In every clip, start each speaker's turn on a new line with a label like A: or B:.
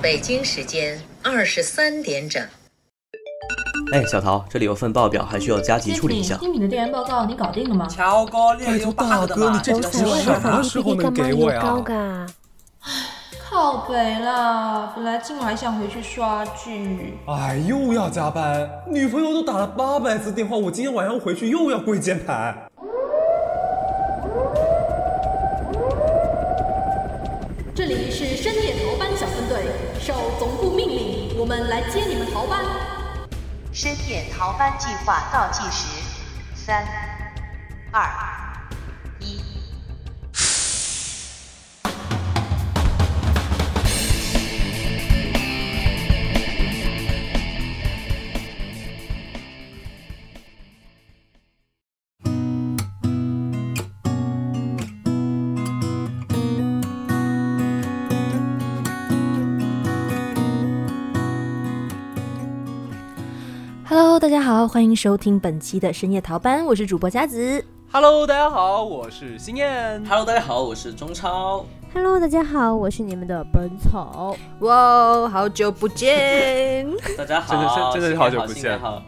A: 北京时间二十三点整。
B: 哎，小桃，这里有份报表还需要加急处理一下。
C: 英敏的调研报告你搞定了吗？
D: 调高六
E: 拜
D: 六
E: 托
D: 八
E: 大
D: 的
E: 哥，
D: 嘛，
E: 你这
D: 叫
E: 东西
D: 什
E: 什
D: 么
E: 么时候能给我呀？
C: 靠北啦，本来今晚还想回去刷剧。
E: 哎，又要加班，女朋友都打了八百次电话，我今天晚上回去又要跪键盘。
F: 这里是深夜逃班小分队，受总部命令，我们来接你们逃班。
G: 深夜逃班计划倒计时，三、二、一。
H: Hello，大家好，欢迎收听本期的深夜逃班，我是主播佳子。
I: Hello，大家好，我是星燕。
D: ？Hello，大家好，我是钟超。
J: Hello，大家好，我是你们的本草。
H: 哇，好久不见！
D: 大
I: 大
D: 家好，
I: 真的是真的是好久不
D: 新年
I: 见。
D: 好。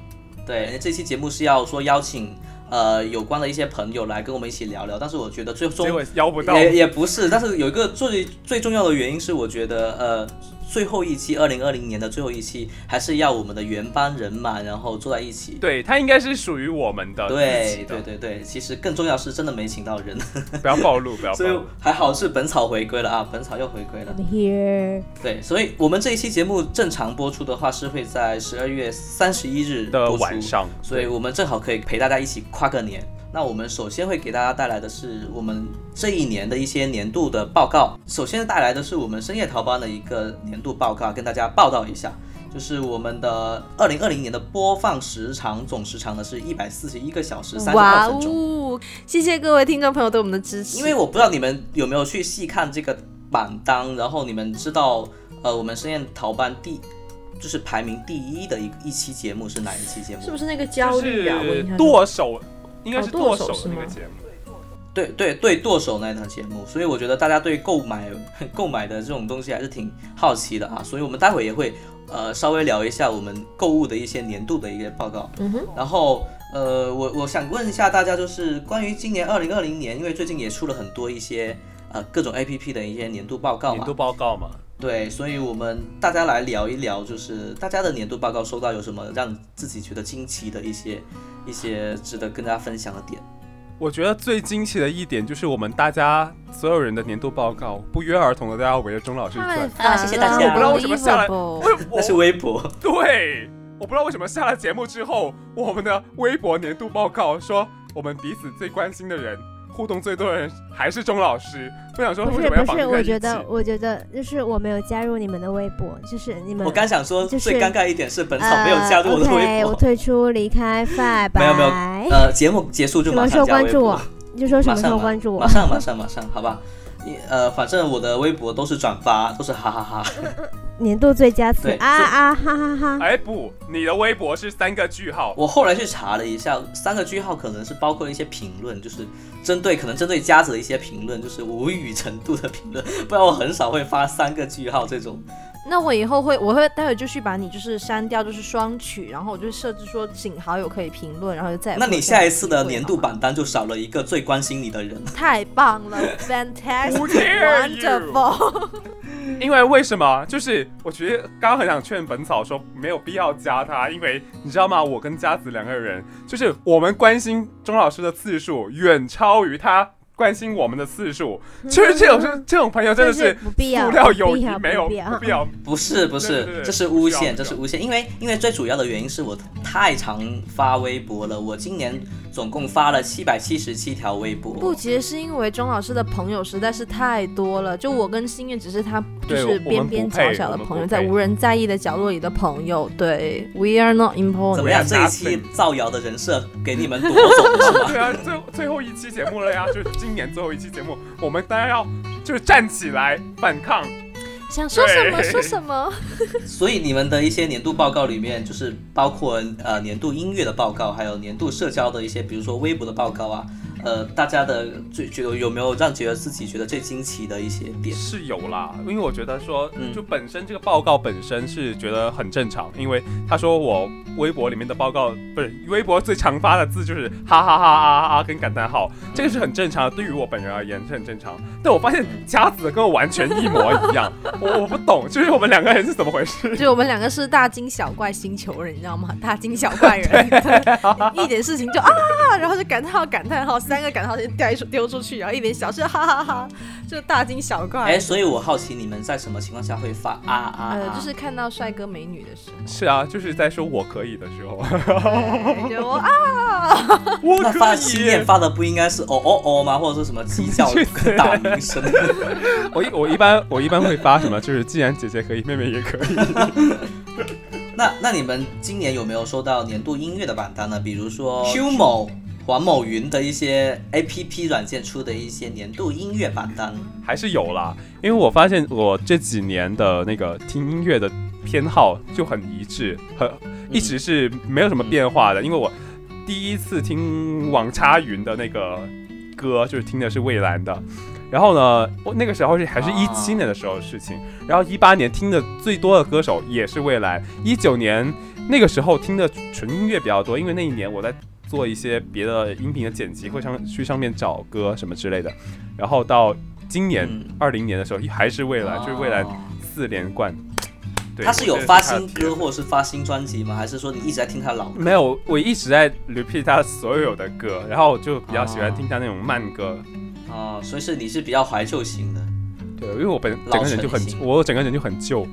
D: 对，这期节目是要说邀请呃有关的一些朋友来跟我们一起聊聊，但是我觉得最终
I: 结果邀不到，
D: 也也不是，但是有一个最最重要的原因是，我觉得呃，最后一期二零二零年的最后一期，还是要我们的原班人马，然后坐在一起。
I: 对他应该是属于我们的，自己
D: 对对
I: 的
D: 对对，其实更重要是真的没请到人，
I: 不要暴露，不要暴
D: 所以
I: 露。
D: 还好是本草回归了啊，本草又回归了
J: I'm。here。
D: 对，所以我们这一期节目正常播出的话是会在十二月三十一日
I: 的
D: 播出
I: 晚上
D: 所以我们正好可以陪大家一起跨个年。那我们首先会给大家带来的是我们这一年的一些年度的报告。首先带来的是我们深夜逃班的一个年度报告，跟大家报道一下，就是我们的二零二零年的播放时长总时长呢是一百四十一个小时三十
H: 哇
D: 二分钟。
H: 哦，谢谢各位听众朋友对我们的支持。
D: 因为我不知道你们有没有去细看这个榜单，然后你们知道，呃，我们深夜逃班第就是排名第一的一一期节目是哪一期节目？
C: 是不是那个焦
I: 就
C: 虑啊？我
I: 是
C: 印象中
I: 剁手，应该是
C: 哦剁手
I: 手的
C: 是
I: 那个
C: 吗
I: 节目。
D: 对对对，剁手那档节目，所以我觉得大家对购买 购买的这种东西还是挺好奇的啊，所以我们待会也会呃稍微聊一下我们购物的一些年度的一些报告。
C: 嗯哼，
D: 然后呃，我我想问一下大家，就是关于今年二零二零年，因为最近也出了很多一些呃各种 A P P 的一些年度报告嘛，
I: 年度报告嘛，
D: 对，所以我们大家来聊一聊，就是大家的年度报告收到有什么让自己觉得惊奇的一些一些值得跟大家分享的点。
I: 我觉得最惊喜的一点就是我们大家所有人的年度报告不约而同的大家围着钟老师
H: 太
I: 转。
H: 烦
D: 啊谢谢大家
H: 了
D: 我不知
I: 道为什么下来
H: Unbelievable
I: 我
D: 那是
I: 我
D: 微博，
I: 对，我不知道为什么下了节目之后，我们的微博年度报告说我们彼此最关心的人。互动最多的人还是钟老师，我想说
J: 不
I: 为
J: 是
I: 什么要
J: 不
I: 绑
J: 是，
I: 定在
J: 我
I: 一
J: 觉
I: 起？
J: 得我觉得就是我没有加入你们的微博，就是你们
D: 我刚想说
J: 就是
D: 最尴尬一点是本草没有加入我的微
J: 呃、OK，我
D: 博，
J: 退出离开，拜拜。
D: 没有没有，呃，节目结束就
J: 什么
D: 马
J: 时
D: 上
J: 候
D: 加
J: 关
D: 微
J: 注
D: 博
J: 我，？你就说什
D: 马
J: 么时
D: 上
J: 候
D: 吧
J: 关注我
D: 马。上马上马上，好吧。你呃，反正我的微博都是转发，都是哈哈哈
J: 年度最佳词
D: 对
J: 啊啊哈哈哈！
I: 哎不，你的微博是三个句号，
D: 我后来去查了一下，三个句号可能是包括一些评论，就是针对可能针对家子的一些评论，就是无语程度的评论。不然我很少会发三个句号这种。
K: 那我以后会，我会待会就去把你就是删掉，就是双曲，然后我就设置说仅好友可以评论，然后就再也不
D: 那
K: 哎会
D: 你
K: 这样
D: 下一次的
K: 评论
D: 年度
K: 好吗
D: 榜单就少了一个最关心你的人。
K: 太棒了
I: Who dare you？
K: ，fantastic，wonderful，
I: 因为为什么？就是我觉得刚刚很想劝本草说没有必要加他，因为你知道吗？我跟佳子两个人，就是我们关心钟老师的次数远超于他关心我们的次数，就是这种是这种朋友真的
J: 就是
I: 是
J: 不必要，
I: 塑料友
J: 不必
I: 谊
J: 要，
I: 没有
J: 不必要。
I: 必要。
D: 不是不
I: 对对
D: 是，
I: 对
D: 这是诬
I: 不需要
D: 陷，
I: 不需
D: 这
I: 要
D: 是诬陷。因为因为最主要的原因是我太常发微博了，我今年总共发了七百七十七条微博。
K: 不，其实是因为钟老师的朋友实在是太多了，就我跟心月只是他就
I: 对我
K: 是
I: 们
K: 边
I: 不
K: 边
I: 配
K: 角角
I: 我
K: 的
I: 们
K: 朋
I: 不
K: 友，在
I: 配
K: 无人在意的角落里的朋友，对，we are not
D: 怎
K: important。
D: 么样？这一期造谣的人设给你们夺走了是吧？
I: 对啊，最最后一期节目了呀，就是今年最后一期节目，我们当然要就是站起来反抗。
K: 想说什么
I: 对
K: 说什么，
D: 所以你们的一些年度报告里面，就是包括呃年度音乐的报告，还有年度社交的一些，比如说微博的报告啊，呃，大家的最觉得有没有让觉得自己觉得最惊奇的一些 点？
I: 是有啦，因为我觉得说，就本身这个报告本身是觉得很正常，因为他说我微博里面的报告不是微博最常发的字就是哈哈哈啊啊跟感叹号，这个是很正常的，对于我本人而言是很正常。但我发现佳子跟我完全一模一样，我我不懂，就是我们两个人是怎么回事？
K: 就我们两个是大惊小怪星球人，你知道吗？大惊小怪人，一点事情就啊，然后就感叹号感叹号三个感叹号先丢出丢出去，然后一点小事哈哈哈就大惊小怪。
D: 哎，所以我好奇你们在什么情况下会发啊啊啊？
K: 呃，就是看到帅哥美女的时候，
I: 是啊，就是在说我可以的时候，
K: 就我啊，
I: 我
D: 那发心念发的不应该是哦哦哦吗？或者说什么鸡叫 打鸣声？
I: 我一我一般我一般会发什么？就是既然姐姐可以，妹妹也可以。
D: 那那你们今年有没有收到年度音乐的榜单呢？比如说邱某、黄某云的一些 A P P 软件出的一些年度音乐榜单，
I: 还是有啦。因为我发现我这几年的那个听音乐的偏好就很一致，很一直是没有什么变化的。因为我第一次听网插云的那个歌，就是听的是蔚蓝的。然后呢，我那个时候是还是一七年的时候的事情，然后一八年听的最多的歌手也是蔚蓝，一九年那个时候听的纯音乐比较多，因为那一年我在做一些别的音频的剪辑，会上去上面找歌什么之类的，然后到今年
D: 嗯
I: 二零、年的时候还是蔚蓝，就是蔚
K: 哦
I: 蓝四连冠。对
D: 哦他是有
I: 我觉得
D: 发
I: 他的
D: 新歌或者是发新专辑吗？还是说你一直在听他老歌？
I: 没有，我一直在 repeat 他所有的歌，然后我就比较喜欢听他那种慢歌。
D: 哦，所以是你是比较怀旧型的。
I: 对，因为我本整个人就
D: 老成
I: 很
D: 型，
I: 我整个人就很旧。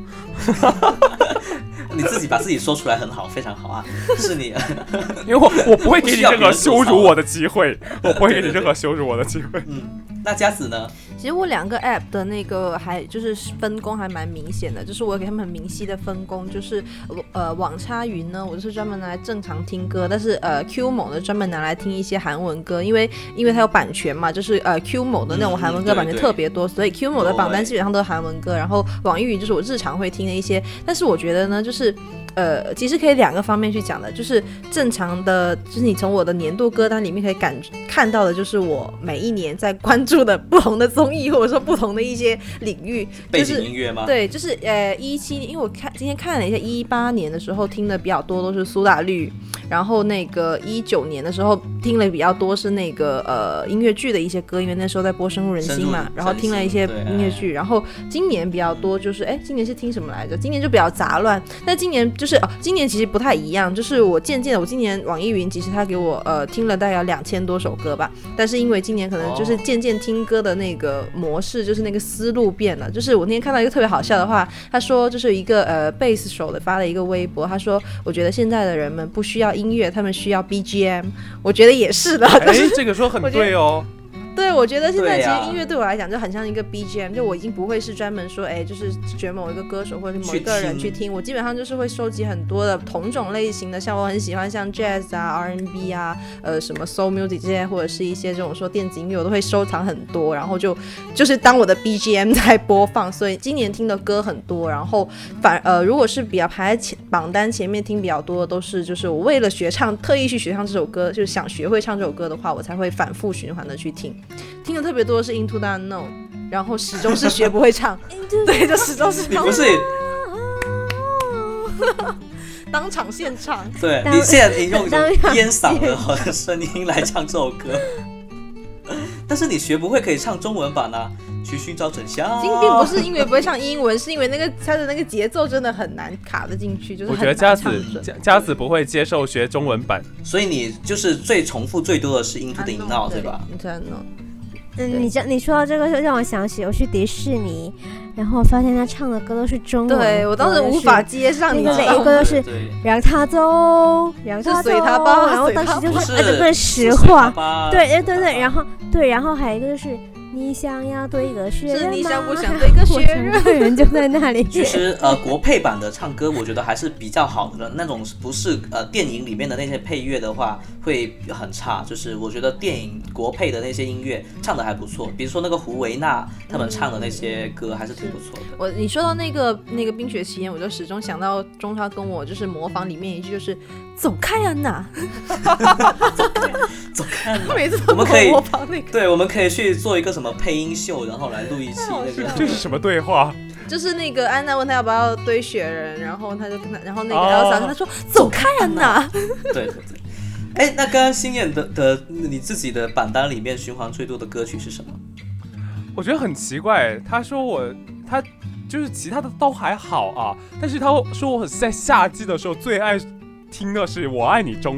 D: 你自己把自己说出来很好，非常好 啊，是你。
I: 因为 我我不会给你任何羞辱我
D: 的。
I: 的机 会，我不会给你任何羞辱我的机会。
D: 嗯那佳子呢？
K: 其实我两个 app 的那个还就是分工还蛮明显的，就是我给他们很明晰的分工，就是呃网插云呢，我就是专门拿来正常听歌，但是呃 Q 某呢专门拿来听一些韩文歌，因为因为它有版权嘛，就是呃 Q 某的那种韩文歌
J: 嗯
K: 版权
J: 对
K: 特别多，所以 Q 某的榜单基本上都是韩文歌，然后网易云就是我日常会听的一些，但是我觉得呢，就是。呃，其实可以两个方面去讲的，就是正常的，就是你从我的年度歌单里面可以感看到的，就是我每一年在关注的不同的综艺，或者说不同的一些领域，
D: 背
K: 就是
D: 景音乐吗
K: 对，就是呃一七因为我看今天看了一下，一八年的时候听的比较多都是苏打绿，然后那个一九年的时候听了比较多是那个呃音乐剧的一些歌，因为那时候在播《深入人心》
J: 深
K: 嘛
J: 入，
K: 然后听了一些
J: 人心对
K: 音乐剧，然后今年比较多就是哎，今年是听什么来着？今年就比较杂乱，但今年就是哦，今年其实不太一样，就是我渐渐的，我今年网易云其实它给我呃听了大概两千多首歌吧，但是因为今年可能就是
J: 哦
K: 渐渐听歌的那个模式，就是那个思路变了。就是我那天看到一个特别好笑的话，他说就是一个呃贝斯手的发了一个微博，他说我觉得现在的人们不需要音乐，他们需要 BGM。我觉得也是的，但
I: 哎
K: 是，
I: 这个说很对哦。
K: 对，我觉得现在其
I: 对呀
K: 实音乐对我来讲就很像一个 BGM，就我已经不会是专门说，哎，就是选某一个歌手或者是某一个人
J: 去
K: 去
J: 听
K: 听，我基本上就是会收集很多的同种类型的，像我很喜欢像 jazz 啊、R&B 啊、呃什么 soul music 这些，或者是一些这种说电子音乐，我都会收藏很多，然后就就是当我的 BGM 在播放，所以今年听的歌很多，然后反呃如果是比较排在前榜单前面听比较多的，都是就是我为了学唱特意去学唱这首歌，就是想学会唱这首歌的话，我才会反复循环的去听。听的特别多的是 Into the Unknown，然后始终是学不会唱， 对，就始终是
D: 你不是
K: 当场现场，
D: 对你现在你用一种烟嗓的和声音来唱这首歌， 但是你学不会可以唱中文版啊，去寻找真相。
K: 并并不是因为不会唱英文，是因为那个它的那个节奏真的很难卡得进去，就是
I: 我
K: 很
I: 觉得
K: 难
I: 佳
K: 唱
I: 子佳佳子不会接受学中文版，
D: 所以你就是最重复最多的是 Into the Unknown 对吧？
K: Into the Unknown。
J: 嗯，你这你说到这个，就让我想起我去迪士尼，然后发现他唱的歌都是中文歌。
K: 对我当时
J: 就是
K: 无法接上你
J: 那个
K: 知
J: 每
K: 道
J: 一个
K: 吗
J: 都是
K: 对
J: 让他走，让他走，
K: 随他吧
J: 然后
K: 随
J: 当
K: 他
J: 时就
K: 吧
J: 是
K: 不
J: 哎，
K: 是
J: 不是实
K: 是随他吧
J: 话，对，哎
K: 随
J: 对
K: 他
J: 对，然后对，然后还有一个就是你想要对一个学
K: 是
J: 人
K: 你想
J: 吗
K: 不想对一个
J: 我
K: 学
J: 整
K: 人
J: 个人就在那里。
D: 其实呃，国配版的唱歌我觉得还是比较好的，那种不是呃电影里面的那些配乐的话会很差。就是我觉得电影国配的那些音乐唱的还不错，比如说那个胡维娜他们唱的那些歌还是挺不错的。
K: 我你说到那个那个《冰雪奇缘》，我就始终想到中超跟我就是模仿里面一句，就是
H: 走开啊 娜，
D: 走开啊，
K: 每次
D: 我们可以
K: 模仿那 个，
D: 对，我们可以去做一个什么配音秀，然后来录一期那个。
I: 这是什么对话？
K: 就是那个安娜问他要不要堆雪人，然后他就跟他，然后那个
D: 哦
K: 艾莎跟他说走开啊娜，
D: 对对对。哎，那刚刚星燕的的你自己的榜单里面循环最多的歌曲是什 么？
I: 我觉得很奇怪，他说我他就是其他的都还好啊，但是他说我在夏季的时候最爱听的是《我爱你中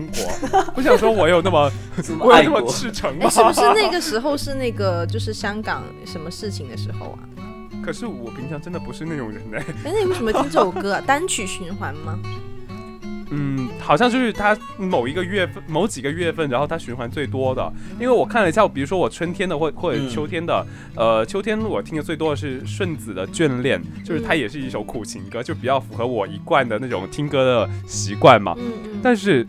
I: 国》，我想说我有那么我有那么赤诚
K: 哎，
I: 吗？
K: 是 不是那个时候是那个就是香港什么事情的时候啊？
I: 可是我平常真的不是那种人哎、
K: 哎，那你为什么听这首歌啊？单曲循环吗？
I: 嗯，好像就是它某一个月份、某几个月份，然后它循环最多的。因为我看了一下，比如说我春天的或或者秋天的，
D: 嗯
I: 呃，秋天我听的最多的是顺子的《眷恋》，就是它也是一首苦情歌，就比较符合我一贯的那种听歌的习惯嘛。但是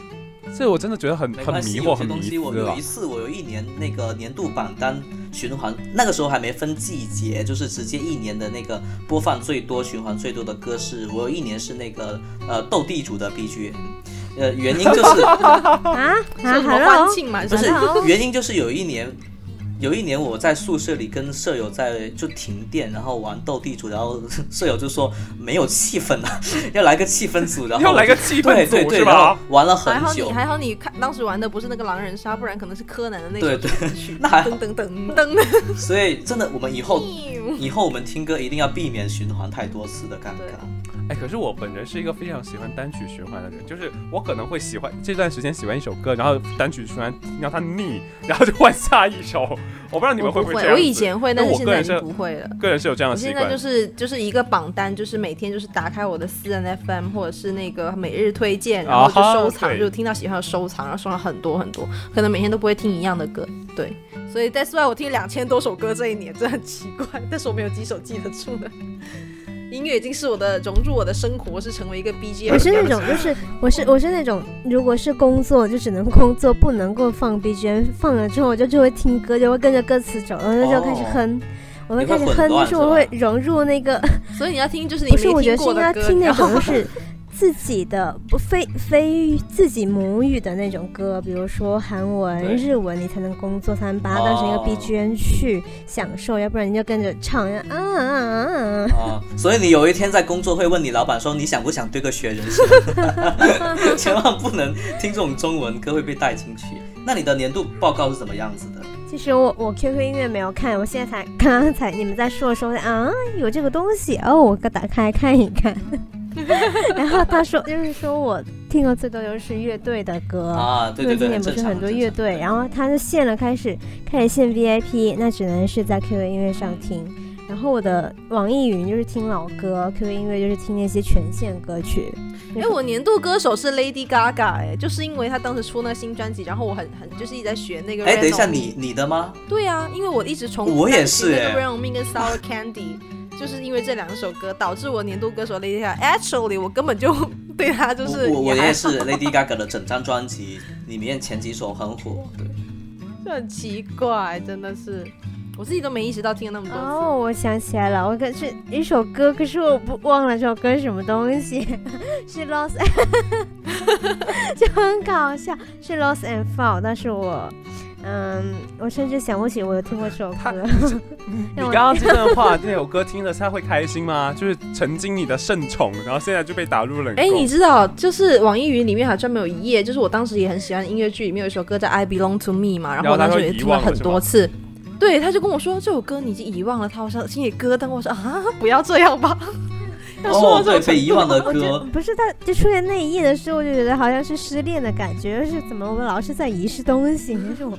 I: 这我真的觉得很
D: 没
I: 很
D: 关系，有
I: 迷惑，
D: 些
I: 很
D: 东
I: 迷
D: 西我
I: 思
D: 有
I: 啊
D: 一。次，我有一年那个年度榜单循环，那个时候还没分季节，就是直接一年的那个播放最多、循环最多的歌是，我有一年是那个呃斗地主的 BGM。呃，原因就是
J: 啊
K: 是什么欢庆嘛？
D: 不是
K: 吗
D: 原因，就是有一年，有一年我在宿舍里跟舍友在就停电，然后玩斗地主，然后 舍友就说没有气氛了， 要来个气氛组，然后
I: 要来个
D: 我就
I: 气氛组
D: 啊对对对，
I: 是吧
D: 然后玩了
K: 还好
D: 很
K: 你
D: 久。
K: 还好你看当时玩的不是那个狼人杀，不然可能是柯南的那
D: 对
K: 首
D: 对
K: 主题曲，
D: 那还好
K: 噔噔噔噔。
D: 所以真的，我们以后以后我们听歌一定要避免循环太多次的尴尬。
I: 哎，可是我本人是一个非常喜欢单曲循环的人，就是我可能会喜欢这段时间喜欢一首歌，然后单曲循环听到它腻，然后就换下一首。我不知道你们
K: 我
I: 会
K: 不
I: 会这
K: 会
I: 样
K: 我以
I: 子
K: 前会
I: 但
K: 但是
I: 我
K: 现
I: 个
K: 在
I: 人
K: 已经
I: 是
K: 不会了
I: 个人是有这样
K: 我
I: 的习
K: 现
I: 惯
K: 在就。是就是一个榜单，就是每天就是打开我的私人 FM 或者是那个每日推荐，然后就
I: 啊哈
K: 收藏，
I: 对
K: 就听到喜欢的收藏，然后收藏很多很多，可能每天都不会听一样的歌，对。所以 that's why 我听两千多首歌这一年，真的很奇怪，但是我没有几首记得住的。音乐已经是我的融入我的生活，是成为一个 BGM。
J: 我是那种，就是我是我是那种，如果是工作就只能工作，不能够放 BGM，放了之后我就就会听歌，就会跟着歌词走，然后就开始哼，我会开始
K: 哦你会
J: 哼
K: 混，乱
J: 就是我
K: 是
J: 会融入那个，
K: 所以你要听就是你
J: 不是，
K: 没
J: 我觉得
K: 听过
J: 是应
K: 的
J: 该
K: 歌
J: 听那
K: 然后
J: 种是自己的不非非自己母语的那种歌，比如说韩文、日文，你才能工作，才能把它当成一个
D: 哦
J: BGM 去享受，要不然你就跟着唱啊啊啊啊啊！
D: 啊，所以你有一天在工作会问你老板说你想不想堆个学人生，千万不能听这种中文歌会被带进去。那你的年度报告是怎么样子的？
J: 其实我我 QQ 音乐没有看，我现在才刚刚才你们在说的时候啊，有这个东西哦，我打开看一看。 然后他说，就是说我听的最多就是乐队的歌
K: 哦
D: 啊对对对
J: 因为嗯今年不是
D: 很
J: 很多乐队，然后他就限了，开始开始限 VIP，那只能是在 QQ 音乐上听。然后我的网易云就是听老歌，QQ 音乐就是听那些权限歌曲。
K: 哎、我年度歌手是 Lady Gaga，哎、就是因为她当时出那个新专辑，然后我很很就是一直在学那个。
D: 哎，等一下，你。你的吗？
K: 对啊，因为我一直重复
D: 我也
K: 在听
D: 是
K: 那个
D: 哎
K: Run On Me 跟 Sour Candy，就是因为这两首歌导致我年度歌手 Lady Gaga。Actually，我根本就对她就是
D: 我我
K: 还
D: 也是 Lady Gaga 的整张专辑里面前几首很火，对，
K: 就很奇怪，真的是我自己都没意识到听了那么多次。
J: 哦，我想起来了，我可是一首歌，可是我不忘了这首歌是什么东西， 是 Lost，就很搞笑，是 Lost and Found，但是我，嗯，我甚至想不起我有听过这首歌。
I: 你
J: 让我
I: 刚刚这段话，那首歌听了他会开心吗？就是曾经你的圣宠，然后现在就被打入冷宫。
K: 哎、你知道，就是网易云里面还专门有一页，就是我当时也很喜欢的音乐剧里面有一首歌叫《I Belong to Me》嘛，然
I: 然
K: 后
I: 后
K: 我
I: 他
K: 当
I: 说
K: 时也
I: 遗
K: 听了
I: 忘
K: 很
I: 了是
K: 多
I: 吗？
K: 次。对，他就跟我说这首歌你已经遗忘了他，我说心里咯噔，我说啊，不要这样 吧。要说
D: 哦
K: 到，
D: 对，
K: 这种程
D: 被遗
K: 度
D: 忘的
K: 我觉得
D: 歌，
J: 不是他，就出现那一页的时候，我就觉得好像是失恋的感觉，就是怎么我们老是在遗失东西，就是我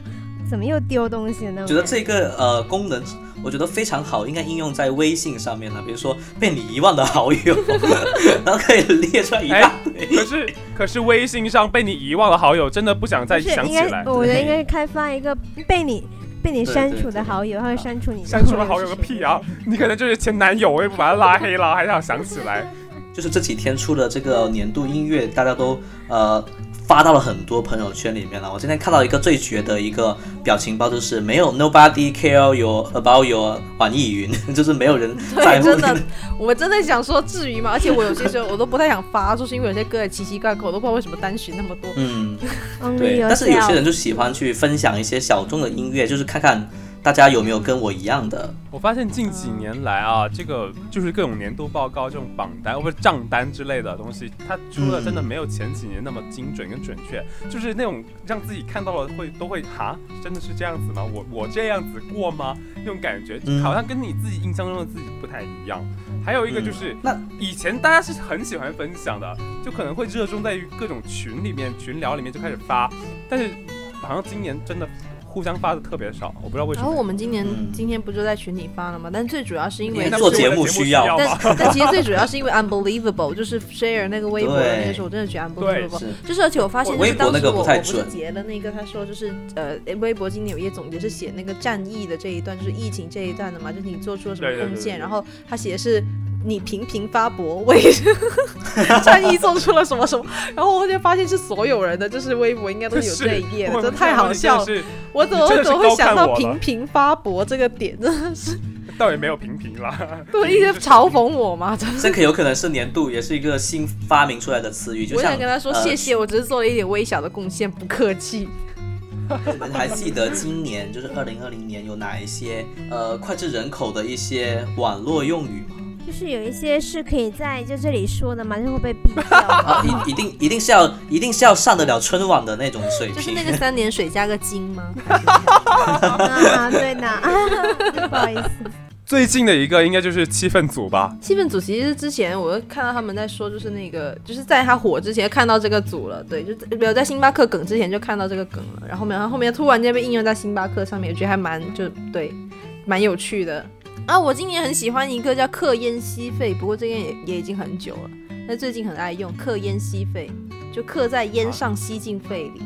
J: 怎么又丢东西呢？
D: 觉得这个呃功能，我觉得非常好，应该应用在微信上面了。比如说被你遗忘的好友， 然后可以列出来一大堆。
I: 可是可是微信上被你遗忘的好友，真的不想再
J: 不是
I: 想
J: 应
I: 起
J: 该
I: 来，。
J: 我觉得应该是开发一个被你被你
I: 对
J: 删
I: 对
J: 除的好友，他会删除你的
I: 删除了好友个屁啊！你可能就是前男友，我也不把他拉黑了，还想想起来。
D: 就是这几天出了这个年度音乐，大家都呃发到了很多朋友圈里面了。我今天看到一个最绝的一个表情包，就是没有 nobody care your 呃 about your 网易云， 就是没有人在
K: 对，
D: 乎
K: 真
D: 你
K: 的，我真的想说至于吗？而且我有些时候我都不太想发， 就是因为有些歌也奇奇怪怪，我都不知道为什么单曲那么多。
D: 嗯，对，但是有些人就喜欢去分享一些小众的音乐，就是看看大家有没有跟我一样的。
I: 我发现近几年来啊，这个就是各种年度报告、这种榜单或者账单之类的东西，它出的
D: 嗯
I: 真的没有前几年那么精准跟准确，就是那种让自己看到了会都会哈，真的是这样子吗？我我这样子过吗？那种感觉
D: 嗯
I: 好像跟你自己印象中的自己不太一样。还有一个
D: 嗯
I: 就是，那以前大家是很喜欢分享的，就可能会热衷在于各种群里面、群聊里面就开始发，但是好像今年真的互相发的特别少，我不知道为什
K: 然
I: 么。
K: 后我们今年、今天不就在群里发了吗？但最主要是因为
D: 因为做节目需要
K: 但 但其实最主要是因为 unbelievable，就是 share 那个微博的那个时候，我真的觉得
D: 对
K: unbelievable，
D: 是
K: 就是而且我发现
D: 我
K: 就是
D: 微博
K: 当
D: 那
K: 时
D: 个
K: 我
D: 不太
K: 我不是
D: 准
K: 截了那个他说就是呃微博今年有页总结是写那个战役的这一段，就是疫情这一段的嘛，就是你做出了什么
I: 对对对
K: 贡献，
I: 对对
K: 然后他写的是。你频频发博，为 战役做出了什么什么？然后我就发现是所有人的，就是微博应该都有这一页的，
I: 是
K: 这太好笑了
I: 我们真的是。
K: 我怎么
I: 你真的是
K: 怎么会
I: 高看
K: 想到
I: 我了
K: 频频发博这个点？真的是
I: 倒也没有平 平啦。
K: 不是一直嘲讽我吗？真
D: 这
K: 是。
D: 个有可能是年度，也是一个新发明出来的词语，就
K: 我
D: 像
K: 想跟他说
D: 呃
K: 谢谢，我只是做了一点微小的贡献，不客气。
D: 你们还记得今年就是二零二零年有哪一些呃脍炙人口的一些网络用语吗？
J: 就是有一些是可以在就这里说的嘛，就会被逼掉。
D: 啊， 一一定一定是要一定是要上得了春晚的那种水平。
K: 就是那个三点水加个金吗？
J: 啊，对的， 不好意思。
I: 最近的一个应该就是气氛组吧，
K: 气氛组其实是之前我看到他们在说，就是那个就是在他火之前看到这个组了，对，就没有在星巴克梗之前就看到这个梗了，然后没有，然后后面突然间被应用在星巴克上面，我觉得还蛮就对，蛮有趣的。啊，我今年很喜欢一个叫克烟吸肺，不过这个也也已经很久了，但最近很爱用克烟吸肺，就刻在烟上吸进肺里。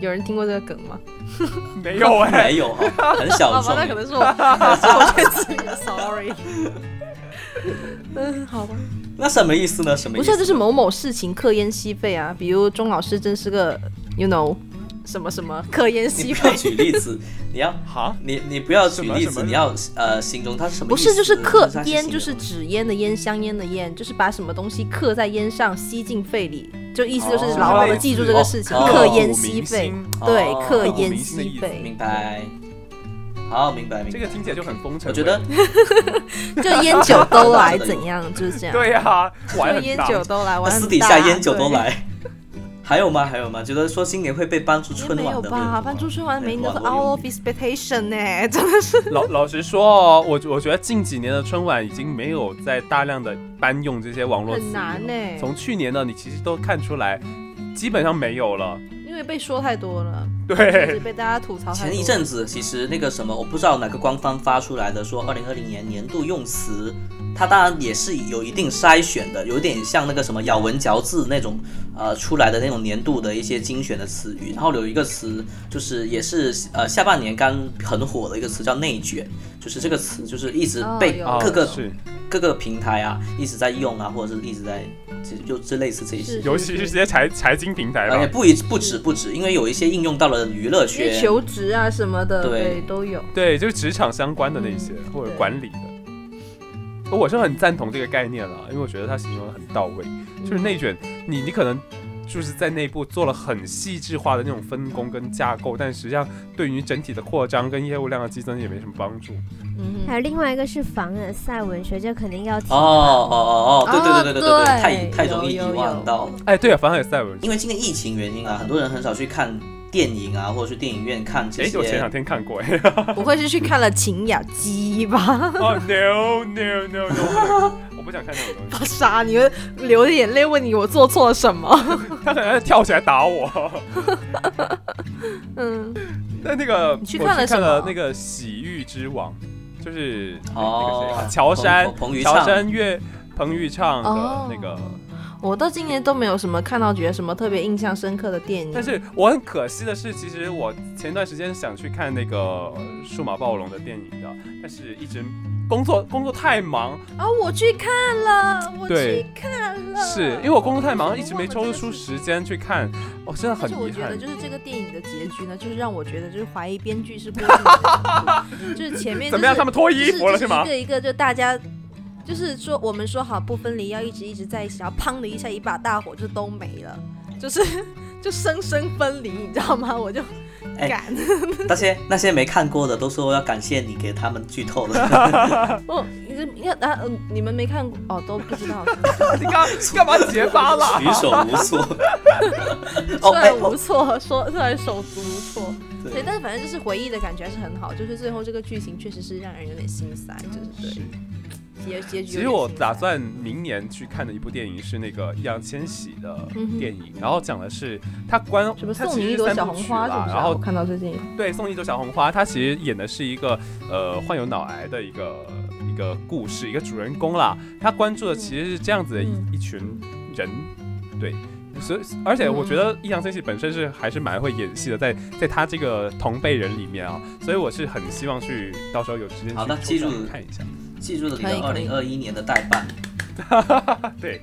K: 有人听过这个梗吗？
I: 没有哎、
D: 没 有 哦，很小
K: 好吧
D: 众，
K: 那可能是我，是我对自己的 sorry。嗯，好吧。
D: 那什么意思呢？什么意
K: 不
D: 思？
K: 是，就是某某事情克烟吸肺啊，比如钟老师真是个，you know，什么什么克烟
D: 你
K: 吸
D: 不要
K: 肺，
D: 举例子，你要
I: 好，
D: 你你不要
I: 什
D: 举
I: 么
D: 例
I: 什
D: 子，
I: 么
D: 你要呃形容它是什么
K: 不
D: 意思？
K: 是就是克
D: 它形
K: 烟，
D: 容
K: 就是纸烟的烟，香烟的烟，就是把什么东西刻在烟上，吸进肺里，就意思就是
D: 哦
K: 牢牢的记住这个事情，
D: 哦
K: 克烟吸肺
I: 哦，
K: 对，克
I: 刻骨
K: 烟
I: 铭心的意
K: 吸
I: 思
K: 肺，
D: 明白。好，明白明白。
I: 这个听起来就很风尘。
D: 我觉得，
K: 就烟酒都来怎样，就是这样，
I: 对呀、 啊，玩
K: 就
I: 很
K: 烟
I: 大。
K: 酒都来，玩很
D: 私底
K: 大
D: 下烟酒都
K: 对
D: 来。 还有吗？还有吗？觉得说今年会被搬出春
K: 没有
D: 晚的会
K: 吧？
D: 吗啊
K: 翻出春晚每年都是
D: 网络用
K: out
D: 语
K: of expectation 呢、真的是。
I: 老老实说哦，我我觉得近几年的春晚已经没有在大量的搬用这些网络词语
K: 很
I: 了
K: 难欸
I: 从去年呢，你其实都看出来，基本上没有了。
K: 因为被说太多了，就是
I: 对，
K: 被大家吐槽太多。
D: 前一阵子，其实那个什么，我不知道哪个官方发出来的，说二零二零年年度用词，它当然也是有一定筛选的，有点像那个什么咬文嚼字那种，呃，出来的那种年度的一些精选的词语。然后有一个词，就是也是呃下半年刚很火的一个词叫内卷，就是这个词就是一直被
K: 哦有
D: 各个、
I: 啊是，
D: 各个平台啊一直在用啊，或者是一直在就就就类似这一些
K: 是。
I: 尤其是这些财财经平台
D: 而且
I: 吧。
D: 不一不止不止，因为有一些应用到了娱乐
K: 因为
D: 圈，
K: 求职啊什么的，
D: 对
K: 对都有。
I: 对，就是职场相关的那些、
K: 嗯
I: 或者
K: 对
I: 管理的，我是很赞同这个概念了，因为我觉得它形容的很到位。
K: 嗯
I: 就是内卷，你你可能就是在内部做了很细致化的那种分工跟架构，但实际上对于整体的扩张跟业务量的激增也没什么帮助。
K: 嗯
J: 还有另外一个是凡尔赛文学，这肯定要提
D: 哦。哦哦哦，对
K: 啊
D: 对对对对
K: 对
D: 太太容易遗
K: 有有有
D: 忘到了。
I: 哎，对啊，凡尔赛文学，
D: 因为今年疫情原因啊，很多人很少去看电影啊，或者去电影院看这
I: 哎，我前
D: 些
I: 两。天看过，哎
K: 哼，不会是去看了《秦雅姬》吧？
I: 哦 no no no no，我不想看那种东西，
K: 傻，你会流着眼泪问你我做错了什么？
I: 他可能要跳起来打我。
K: 嗯，
I: 那那个
K: 你去
I: 我
K: 看了
I: 看
K: 什么
I: 了那个《洗浴之王》，就是那那个谁
D: 哦
I: 啊，乔杉
D: 彭彭昱畅
I: 乔杉乐彭昱畅的那个。
K: 哦我到今年都没有什么看到觉得什么特别印象深刻的电影。
I: 但是我很可惜的是，其实我前段时间想去看那个呃数码暴龙的电影的，但是一直工作工作太忙，
C: 啊，我去看了，我
I: 对
C: 去看了，
K: 嗯
I: 是因为我工作太忙，一直没抽出时间去看，哦，真的
K: 但
I: 很
K: 是我
I: 遗
K: 觉得
I: 憾。
K: 就是这个电影的结局呢，就是让我觉得就是怀疑编剧是故意 的，就是前面、就是、
I: 怎么样他们脱衣服了
K: 就是
I: 吗
K: 就是一个一个就大家。就是说，我们说好不分离，要一直一直在一起，然后砰的一下，一把大火就都没了，就是 就生生分离，你知道吗？我就
D: 哎
K: 感，
D: 那些那些没看过的都说要感谢你给他们剧透了。
K: 哦，你这要啊、嗯你们没看过哦，都不知 道。
I: 你干干嘛结 巴啦？
D: 举手无措。
K: 突
D: 哦，哎
K: 然，无措，说突然手足无措。
D: 对
K: 对，但是反正就是回忆的感觉还是很好，就是最后这个剧情确实是让人有点心塞，就是对结结局有点心塞。
I: 其实我打算明年去看的一部电影是那个易烊千玺的
K: 嗯哼
I: 电影，然后讲的是他关
K: 什么
I: 他
K: 送
I: 其
K: 你一
I: 实是
K: 朵
I: 三
K: 小
I: 部
K: 红
I: 曲
K: 花，
I: 啦
K: 是不是啊？
I: 然后
K: 我看到最近
I: 对，送一朵小红花，他其实演的是一个呃患有脑癌的一个一个故事，一个主人公啦。他关注的其实是这样子的一、
K: 嗯
I: 一群人，对。所以，而且我觉
K: 嗯
I: 得易烊千玺本身是还是蛮会演戏的，在在他这个同辈人里面啊，所以我是很希望去到时候有时间
D: 好的，
I: 去
D: 记住
I: 抽空看一下。
D: 记住了你的
K: 可以
D: 二
K: 可以
D: 零二一年的代办。
I: 对，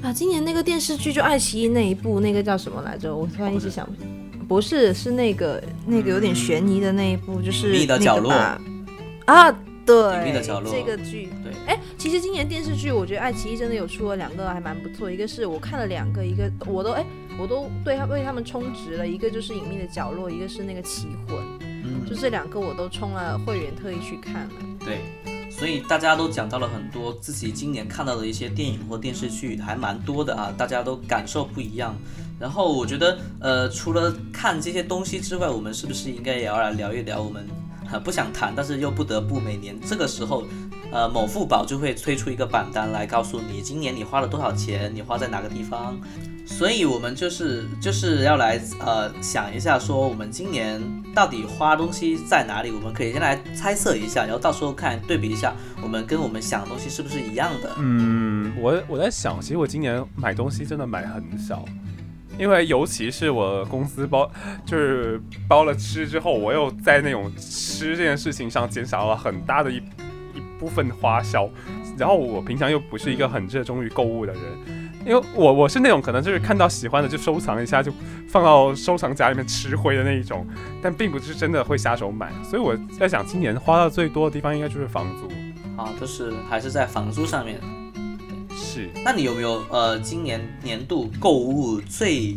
K: 啊，今年那个电视剧就爱奇艺那一部，那个叫什么来着？我突然一直想不起。不是，是那个那个有点悬疑的那一部，就是
D: 秘密的角落
K: 那个吧啊，对，
D: 隐秘的角落
K: 这个剧。
D: 对，
K: 哎，其实今年电视剧，我觉得爱奇艺真的有出了两个还蛮不错，一个是我看了两个，一个我都哎我都对他为他们充值了，一个就是《隐秘的角落》，一个是那个《棋魂》，
D: 嗯
K: 就这两个我都充了会员，特意去看了。
D: 对，所以大家都讲到了很多自己今年看到的一些电影或电视剧，还蛮多的啊，大家都感受不一样。然后我觉得，呃，除了看这些东西之外，我们是不是应该也要来聊一聊我们 呃不想谈，但是又不得不每年这个时候，呃，某付宝就会推出一个榜单来告诉你今年你花了多少钱，你花在哪个地方。所以我们就是就是要来呃想一下，说我们今年到底花东西在哪里？我们可以先来猜测一下，然后到时候看对比一下，我们跟我们想的东西是不是一样的？
I: 嗯，我我在想，其实我今年买东西真的买很少，因为尤其是我公司包，就是包了吃之后，我又在那种吃这件事情上减少了很大的一一部分花销。然后我平常又不是一个很热衷于购物的人，因为我我是那种可能就是看到喜欢的就收藏一下，就放到收藏夹里面吃灰的那一种，但并不是真的会下手买。所以我在想，今年花到最多的地方应该就是房租。
D: 啊，就是还是在房租上面。
I: 是，
D: 那你有没有呃今年年度购物最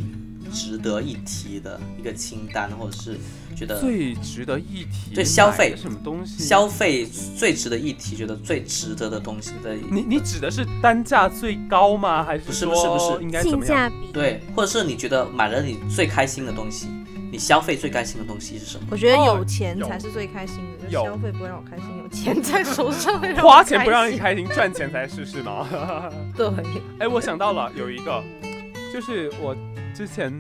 D: 值得一提的一个清单，或者是觉得
I: 最值得一提，
D: 对消费
I: 买的什么东西？
D: 消费最值得一提，觉得最值得的东西的
I: 你你指的是单价最高吗？还是
D: 不
I: 不
D: 是不是不是
I: 应该怎
J: 性
I: 么
J: 价
I: 样？
J: 比
D: 对，或者是你觉得买了你最开心的东西，你消费最开心的东西是什么？
K: 我觉得
I: 哦
K: 有钱
I: 有
K: 才是最开心的，就
I: 有
K: 消费不会让我开心，有钱在手上会让 我
I: 花钱不让
K: 开
I: 你
K: 心。
I: 开心，赚钱才是是吗？
K: 对，
I: 哎，我想到了有一个，就是我之前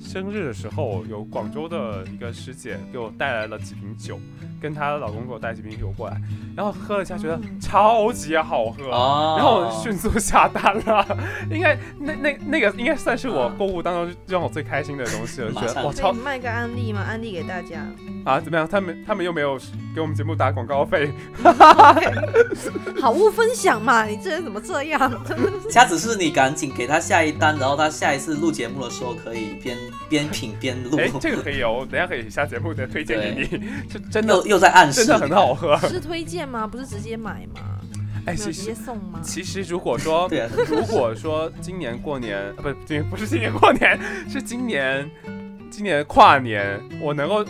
I: 生日的时候，有广州的一个师姐给我带来了几瓶酒，跟她老公给我带几瓶酒过来，然后喝了一下，觉得超级好喝，
D: 哦
I: 然后迅速下单了。应该那那那个应该算是我购物当中让我最开心的东西了，
D: 马
I: 觉得
D: 上
I: 哇
K: 可
I: 超
K: 以卖个案例嘛，案例给大家。
I: 啊怎么样？他们他们又没有给我们节目打广告费，
K: 好物分享嘛，你这人怎么这样？
D: 掐指是你赶紧给他下一单，然后他下一次录节目的时候可以边边品边录。
I: 哎，这个可以哦，我等一下可以下节目再推荐给 你，这真 的
D: 又又在暗示
I: 真
D: 你，
I: 的很好喝。
K: 是推荐吗？不是直接买吗？没
I: 哎，
K: 有
I: 其
K: 直接
I: 实
K: 送吗？
I: 其实如果说
D: 对啊
I: 如果说今年过年啊不今年不是今年过年， 是今年今年跨年，我能够。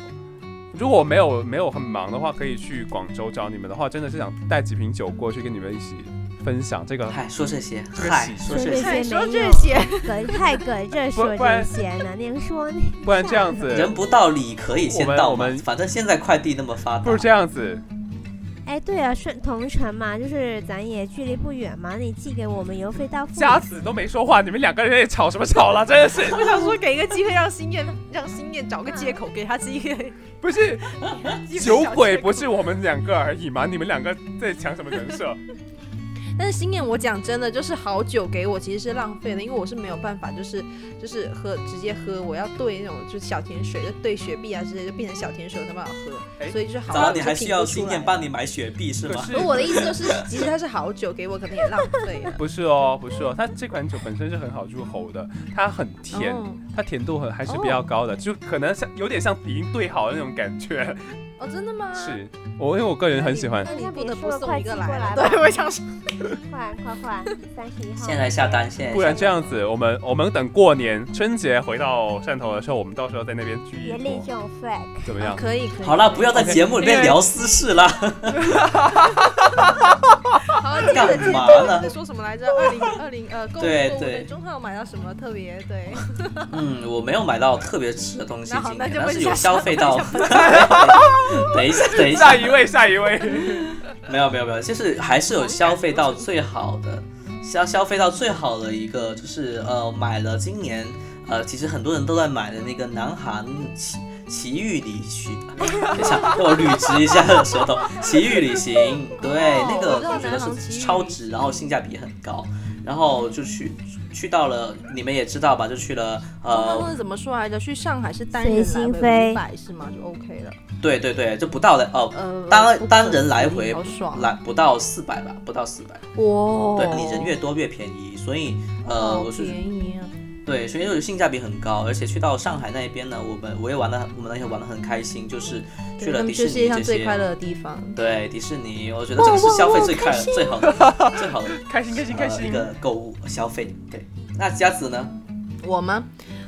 I: 如果没有没有很忙的话，可以去广州找你们的话，真的是想带几瓶酒过去跟你们一起分享这个
D: 嗨，说这些，
I: 这个
D: 嗨
I: 喜，
D: 说
J: 说
D: 这
J: 这
D: 些，
J: 些
K: 说
J: 没
K: 这
J: 有
K: 些，
J: 隔太隔着
I: 不
J: 说
I: 不然
J: 这些呢，您说呢？
I: 不然这样子
D: 人不到理可以先到
I: 我
D: 嘛
I: 们我们，
D: 反正现在快递那么发达，
I: 不如这样子，
J: 哎，对啊，顺同城嘛，就是咱也距离不远嘛，你寄给我们邮费到付。
I: 佳子都没说话，你们两个人也吵什么吵了？真 的是
K: 我想说给一个机会让心愿，让心愿找个借口给他自己。
I: 不是酒鬼不是我们两个而已吗？你们两个在抢什么人设？
K: 但是星眼，我讲真的，就是好酒给我其实是浪费的，因为我是没有办法，就是就是喝直接喝，我要兑那种就是小甜水，就兑雪碧啊之类，就变成小甜水，我才办法喝。所以就是好
D: 然后
K: 酒
D: 哎你还需要新
K: 年
D: 店帮你买雪碧是吗？
K: 我的意 思就是，即使它是好酒给我，可能也浪费了。
I: 不是哦，不是哦，它这款酒本身是很好入喉的，它很甜，
K: 哦
I: 它甜度很还是比较高的，就可能像有点像已经兑好的那种 感觉。
K: 哦，真的吗？
I: 是我，因为我个人很喜欢
K: 那。你不得不
J: 别说了
K: 送
J: 快
K: 一个
J: 寄过
K: 来
J: 来
K: 了。
J: 吧
K: 对，我想说，
J: 换换换，三十一号。
D: 现在下单，现在
I: 不然这样子，我们我们等过年春节回到汕头的时候，我们到时候在那边聚一
J: 别利
I: 波，
J: 用 flag。
I: 怎么 样？
K: 可以可以。
D: 好了，不要在节目里面聊私事啦。
K: 好，接着
D: 干
K: 接
D: 嘛
K: 着
D: 呢
K: 在说什么来着？二零二零呃，购物购物
D: 对
K: 对
D: 对
K: 中号买到什么特别对？
D: 嗯，我没有买到特别吃的东西
K: 那好
D: 今
K: 那
D: 年，
K: 就
D: 但
K: 问
D: 是
K: 一下
D: 有消费到。 等一下，等一
I: 下
D: 下，
I: 一位，下一位。
D: 没有没有没有，就是还是有消费到最好的，消消费到最好的一个就是呃买了今年呃其实很多人都在买的那个南韩奇奇遇旅行，等一下让我捋直一下舌头，奇遇旅行，对
K: 哦
D: 那
K: 我
D: 个
K: 知道
D: 我觉得
K: 南航奇遇
D: 是超值，然后性价比很高，然后就去去到了你们也知道吧，就去了
K: 他
D: 呃
K: 们怎么说来着？去上海是单
J: 随
K: 人
J: 心
K: 来
J: 飞
K: 五百是吗？就 OK 了。
D: 对对对，就不到的哦，
K: 呃不可
D: 单单人来
K: 思议
D: 回
K: 好爽
D: 来不到四百吧，不到四百。
K: 哇
J: 哦
D: 对你人越多越便宜，所以呃，
K: 好
D: 我是
K: 哦便宜啊！
D: 对，所以就是性价比很高，而且去到上海那边呢，我们我也玩的，我们那天玩的很开心，就是去
K: 对他
D: 了
K: 们
D: 迪
K: 是
D: 士
K: 世界
D: 尼
K: 上
D: 这
K: 最快乐
D: 些。
K: 的地方。
D: 对迪士尼，我觉得这个是消费最快最好的最好的
I: 开心开心开
D: 呃一
I: 心！
D: 个购物消费。对，那佳子呢？
K: 我吗？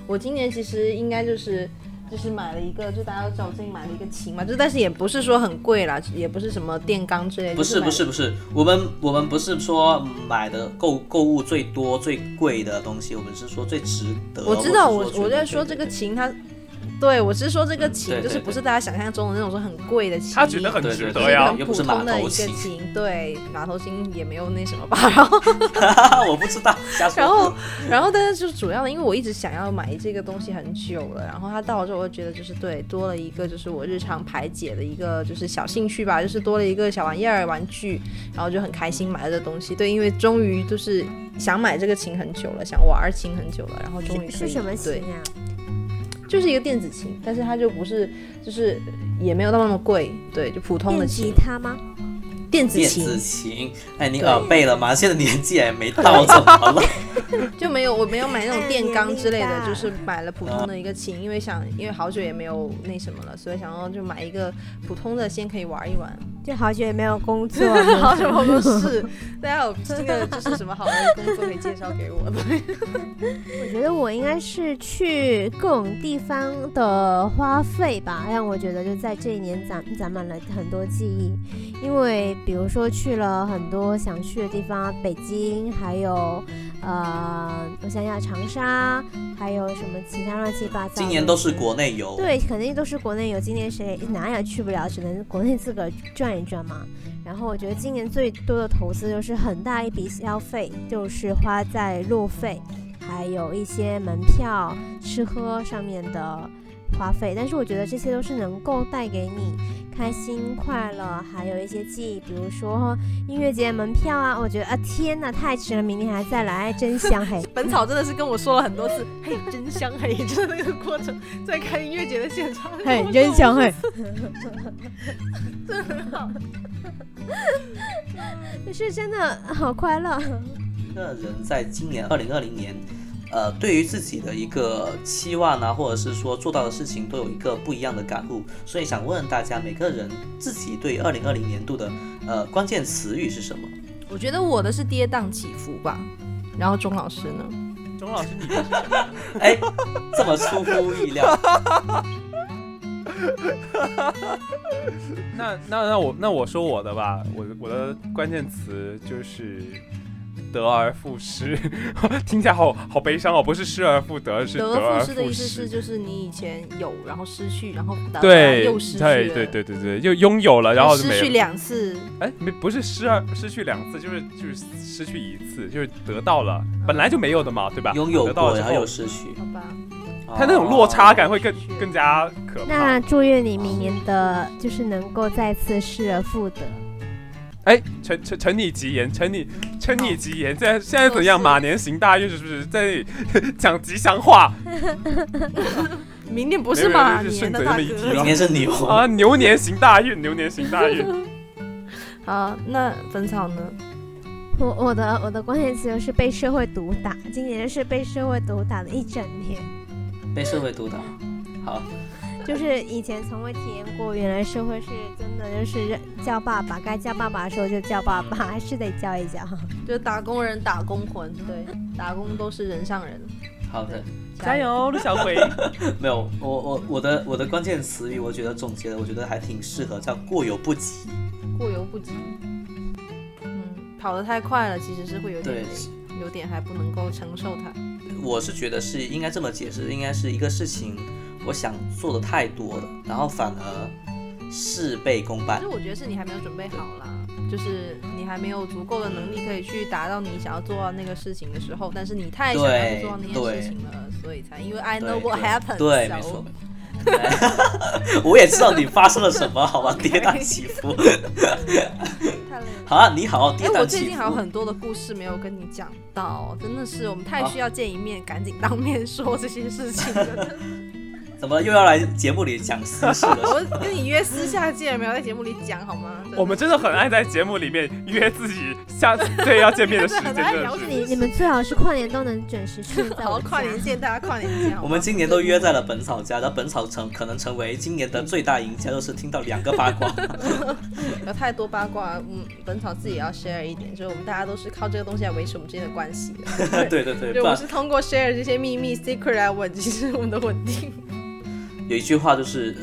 K: 我今年其实应该就是就是买了一个，就大家都知道我最近买了一个琴嘛，就但是也不是说很贵啦，也不是什么电钢之类的。
D: 不
K: 就是买
D: 不是不是，我们我们不是说买的购购物最多最贵的东西，我们是说最值得。
K: 我知道，
D: 或
K: 我
D: 者觉
K: 我
D: 得
K: 在
D: 最
K: 说这
D: 对
K: 个琴它。对，我是说这个琴，
D: 对对
K: 就是不是大家想象中的那种说很贵的琴，
I: 他觉得很
D: 对
I: 值
D: 对
I: 得
K: 就是
D: 对
I: 呀
K: 很
D: 又
K: 普
D: 不是马
K: 通的一
D: 头
K: 个
D: 琴，
K: 琴，对，马头琴也没有那什么吧。然后，
D: 我不知道。瞎说
K: 然后，然后，但是就是主要的，因为我一直想要买这个东西很久了，然后它到了之后，我就觉得就是对，多了一个就是我日常排解的一个就是小兴趣吧，就是多了一个小玩意儿玩具，然后就很开心买了这东西。对，因为终于就是想买这个琴很久了，想玩琴很久了，然后终于可以
J: 是什么
K: 对
J: 型啊？
K: 就是一个电子琴，但是它就不是，就是也没有到那么贵，对，就普通的
J: 电
K: 琴
J: 吉，他吗？
K: 电子
D: 电
K: 琴
D: 子琴，哎，你耳背了吗？现在年纪也没到，怎么了？
K: 就没有，我没有买那种电钢之类
J: 哎
K: 的，
J: 呀
K: 就是买了普通的一个琴，因为想，因为好久也没有那什么了，所以想要就买一个普通的，先可以玩一玩。，
J: 就好久也没有工作
K: 好久我都是，大家有啊这个就是什么好的工作可以介绍给我吗？！
J: 我觉得我应该是去各种地方的花费吧，让我觉得就在这一年攒攒满了很多记忆。因为比如说去了很多想去的地方，北京，还有呃，我想想长沙，还有什么其他乱七八糟。
D: 今年都是。国内游，
J: 对，肯定都是国内游。今年谁哪也去不了，只能国内自个儿转一转嘛。然后我觉得今年最多的投资就是很大一笔消费，就是花在路费，还有一些门票、吃喝上面的花费。但是我觉得这些都是能够带给你开心、快乐，还有一些记忆，比如说音乐节门票啊。我觉得啊，天呐，太值了！明年还再来，真香嘿
K: 本草真的是跟我说了很多次，嘿，真香嘿，就是那个过程，在看音乐节的现场，
J: 嘿，真香嘿！
K: 真的很好。
J: 就是真的好快 乐。
D: 个人在今年二零二零年，呃，对于自己的一个期望啊，或者是说做到的事情，都有一个不一样的感悟。所以想问问大家，每个人自己对二零二零年度的呃关键词语是什么？
K: 我觉得我的是跌宕起伏吧，然后钟老师呢？
I: 钟老师，你
D: 哎，这么出乎意 料，
I: 那那那我那我说我的吧，我的我的关键词就是得而复失， 听起来好好悲伤哦，不是失而复得，是
K: 得
I: 而
K: 而复
I: 复失
K: 失的意思是，就是你以前有，然后失去，然后得
I: 对
K: 又失去
I: 对
K: 了
I: 对对对对，就拥有了，然后就
K: 失
I: 没
K: 去
I: 了。
K: 两次，
I: 哎，没不是失而失去两次，就是就是失去一次，就是得到了，本来就没有的嘛，对吧？
D: 拥有
I: 得到
D: 过，
I: 了之
D: 然后
I: 后
D: 有，失去，
K: 好吧？
I: 它那种落差感会更
K: 哦
I: 更加可怕
J: 那。祝愿你明年的就是能够再次失而复得。
I: 哎，承承承你吉言，承你承你吉言，现在现在怎样？马年行大运是不是在 那里讲吉祥话？
K: 明年不是马
I: 没有就
K: 年
I: 是顺
K: 的
I: 嘴
K: 大
I: 那么一提
K: 哥。
I: 了
D: 明年是牛
I: 啊，牛年行大运，牛年行大 运。
K: 好，那本草呢？
J: 我我的我的关键词就是被社会毒打，今年是被社会毒打了一整年，
D: 被社会毒打。好，
J: 就是以前从未体验过，原来社会是真的就是叫爸爸，该叫爸爸的时候就叫爸爸，还是得叫一叫。
K: 就打工人打工魂，对，打工都是人上人，
D: 好的，
K: 加油，
I: 陆小葵。
D: 没有，我我我的我的关键词语，我觉得总结的，我觉得还挺适合，叫过犹不及。
K: 过犹不及。嗯，跑得太快了，其实是会有点
D: 对
K: 累，有点还不能够承受它。
D: 我是觉得是应该这么解释，应该是一个事情，我想做的太多了，然后反而事倍功
K: 其
D: 半
K: 实。我觉得是你还没有准备好啦，就是你还没有足够的能力可以去达到你想要做到那个事情的时候，但是你太想要去做到那件事情了，所以才因为 I
D: 对
K: know what
D: 对
K: happened，
D: 对，
K: so
D: 没错。 我也知道你发生了什么，好吧，跌宕起伏。 好啊，你好，跌
K: 哎，我
D: 宕
K: 最
D: 起
K: 近还有
D: 伏。
K: 很多的故事没有跟你讲到，真的是我们太需要见一面，赶紧当面说这些事情了。
D: 怎么又要来节目里讲私事 了？
K: 我跟你约私下见，没有在节目里讲好吗？
I: 我们真的很爱在节目里面约自己下次对要见面 的时 间，真的 是。
J: 你你们最好是跨年都能准时出现在 我
K: 跨年见，大家跨年见。
D: 我们今年都约在了本草家，然后本草成可能成为今年的最大赢家，就是听到两个八卦。
K: 有太多八卦，嗯，本草自己也要 share 一点，就是我们大家都是靠这个东西来维持我们之间的关系 的。
D: 对对对，不
K: 就我
D: 然
K: 们是通过 share 这些秘密 secret 来稳定我们的稳定。
D: 有一句话就是，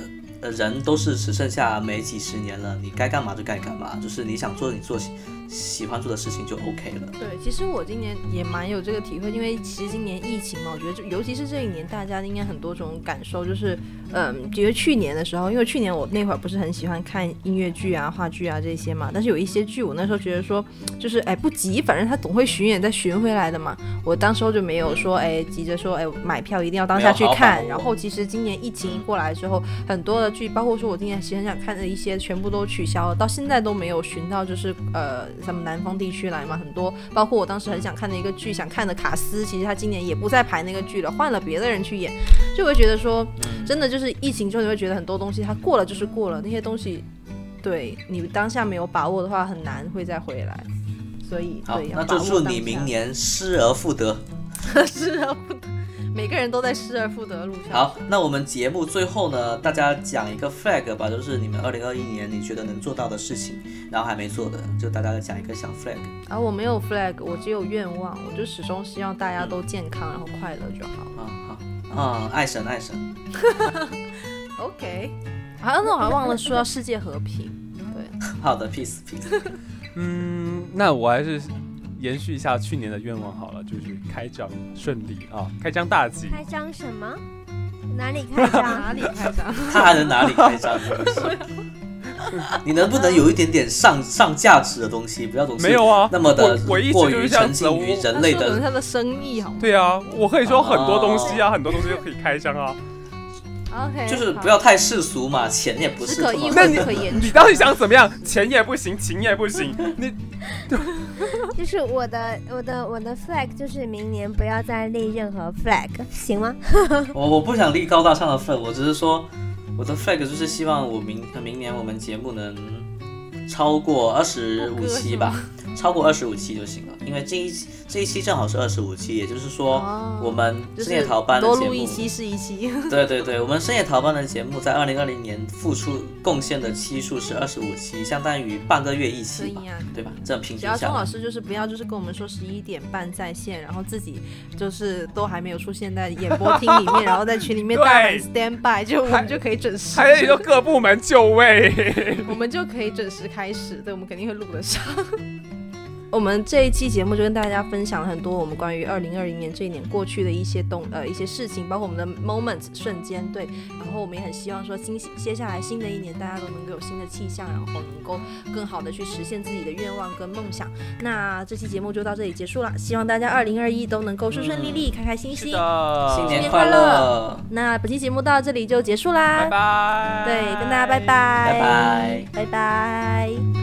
D: 呃，人都是只剩下没几十年了，你该干嘛就该干嘛，就是你想做你做喜喜欢做的事情就 OK 了。
K: 对，其实我今年也蛮有这个体会，因为其实今年疫情嘛，我觉得就尤其是这一年，大家应该很多种感受，就是嗯，觉得去年的时候，因为去年我那会儿不是很喜欢看音乐剧啊、话剧啊这些嘛，但是有一些剧我那时候觉得说，就是哎不急，反正它总会巡演再巡回来的嘛，我当时候就没有说
D: 嗯
K: 哎急着说哎买票一定要当下去看，然后其实今年疫情一过来之后，很多的剧，包括说我今年其实很想看的一些，全部都取消了，到现在都没有寻到，就是呃咱们南方地区来嘛，很多，包括我当时很想看的一个剧，想看的卡斯，其实他今年也不再排那个剧了，换了别的人去演，
D: 嗯
K: 就会觉得说，真的就是疫情之后，你会觉得很多东西它过了就是过了，那些东西，对你当下没有把握的话，很难会再回来，所以
D: 好
K: 对，，要
D: 那
K: 把
D: 就
K: 握
D: 祝
K: 当
D: 你
K: 下
D: 明年失而复得。
K: 失而复得，每个人都在失而复得的路上。
D: 好，那我们节目最后呢，大家讲一个 flag 吧，就是你们二零二一年你觉得能做到的事情，然后还没做的，就大家讲一个小 flag。
K: 啊，我没有 flag，我只有愿望，我就始终希望大家都健康，然后快乐就好。
D: 啊好，啊，爱神爱神，
K: OK，好像、那我还忘了说要世界和平。 对，
D: 好的，peace peace。
I: 嗯，那我还是延续一下去年的愿望好了，就是开张顺利啊，开张大吉。
J: 开张什么？哪里开张？ 哪
K: 里开张？
D: 他还能哪里开张？真的是你能不能有一点点上上价值的东西？不要总是
I: 没有啊
D: 那么的
I: 我我一直
D: 过
I: 就
D: 于
I: 是这样
D: 沉
I: 子
D: 浸于
I: 我
D: 人类
K: 可能
D: 的
K: 他的生意好吗
I: 对啊，我可以说很多东西啊，很多东西都可以开张啊。
K: ？OK，
D: 就是
K: 好
D: 不要太世俗嘛，钱也不是
K: 啊只可
D: 这么
K: 意
I: 那
K: 会
I: 你
K: 不可言
I: 你到底想怎么样？钱也不行，情也 不行，你
J: 就是我的我的我的 flag 就是明年不要再立任何 flag，行吗？
D: 我我不想立高大上的 flag，我只是说我的 flag 就是希望我明明年我们节目能超过二十五期吧，超过二十五期就行了，因为这一期这一期正好是二十五期，也就是说我们
K: 哦就
D: 深
K: 是
D: 夜逃班的
K: 多
D: 节
K: 录一
D: 目
K: 期是一期。
D: 对对对，我们深夜逃班的节目在二零二零年付出贡献的期数是二十五期，相当于半个月一
K: 可
D: 期
K: 以
D: 吧，
K: 啊
D: 对吧？这样平
K: 只
D: 均
K: 要
D: 下
K: 钟
D: 来
K: 老，师就是不要就是跟我们说十一点半在线，然后自己就是都还没有出现在演播厅里 面，然后在群里面大喊
I: 对
K: stand by，就我们就可以准时，
I: 还得说各部门就位。
K: 我们就可以准时开始，对，我们肯定会录得上。 我们这一期节目就跟大家分享了很多我们关于二零二零年这一年过去的一些动呃一些事情，包括我们的 moment 瞬间对，然后我们也很希望说今接下来新的一年大家都能够有新的气象，然后能够更好的去实现自己的愿望跟梦想。那这期节目就到这里结束了，希望大家二零二一都能够顺顺利利、开开心心。
D: 新
I: 嗯的
D: 年
K: 快
D: 快
K: 乐
D: 乐，
K: 那本期节目到这里就结束啦，
I: 拜拜。
K: 对，跟大家拜拜，
D: 拜拜。
K: 拜拜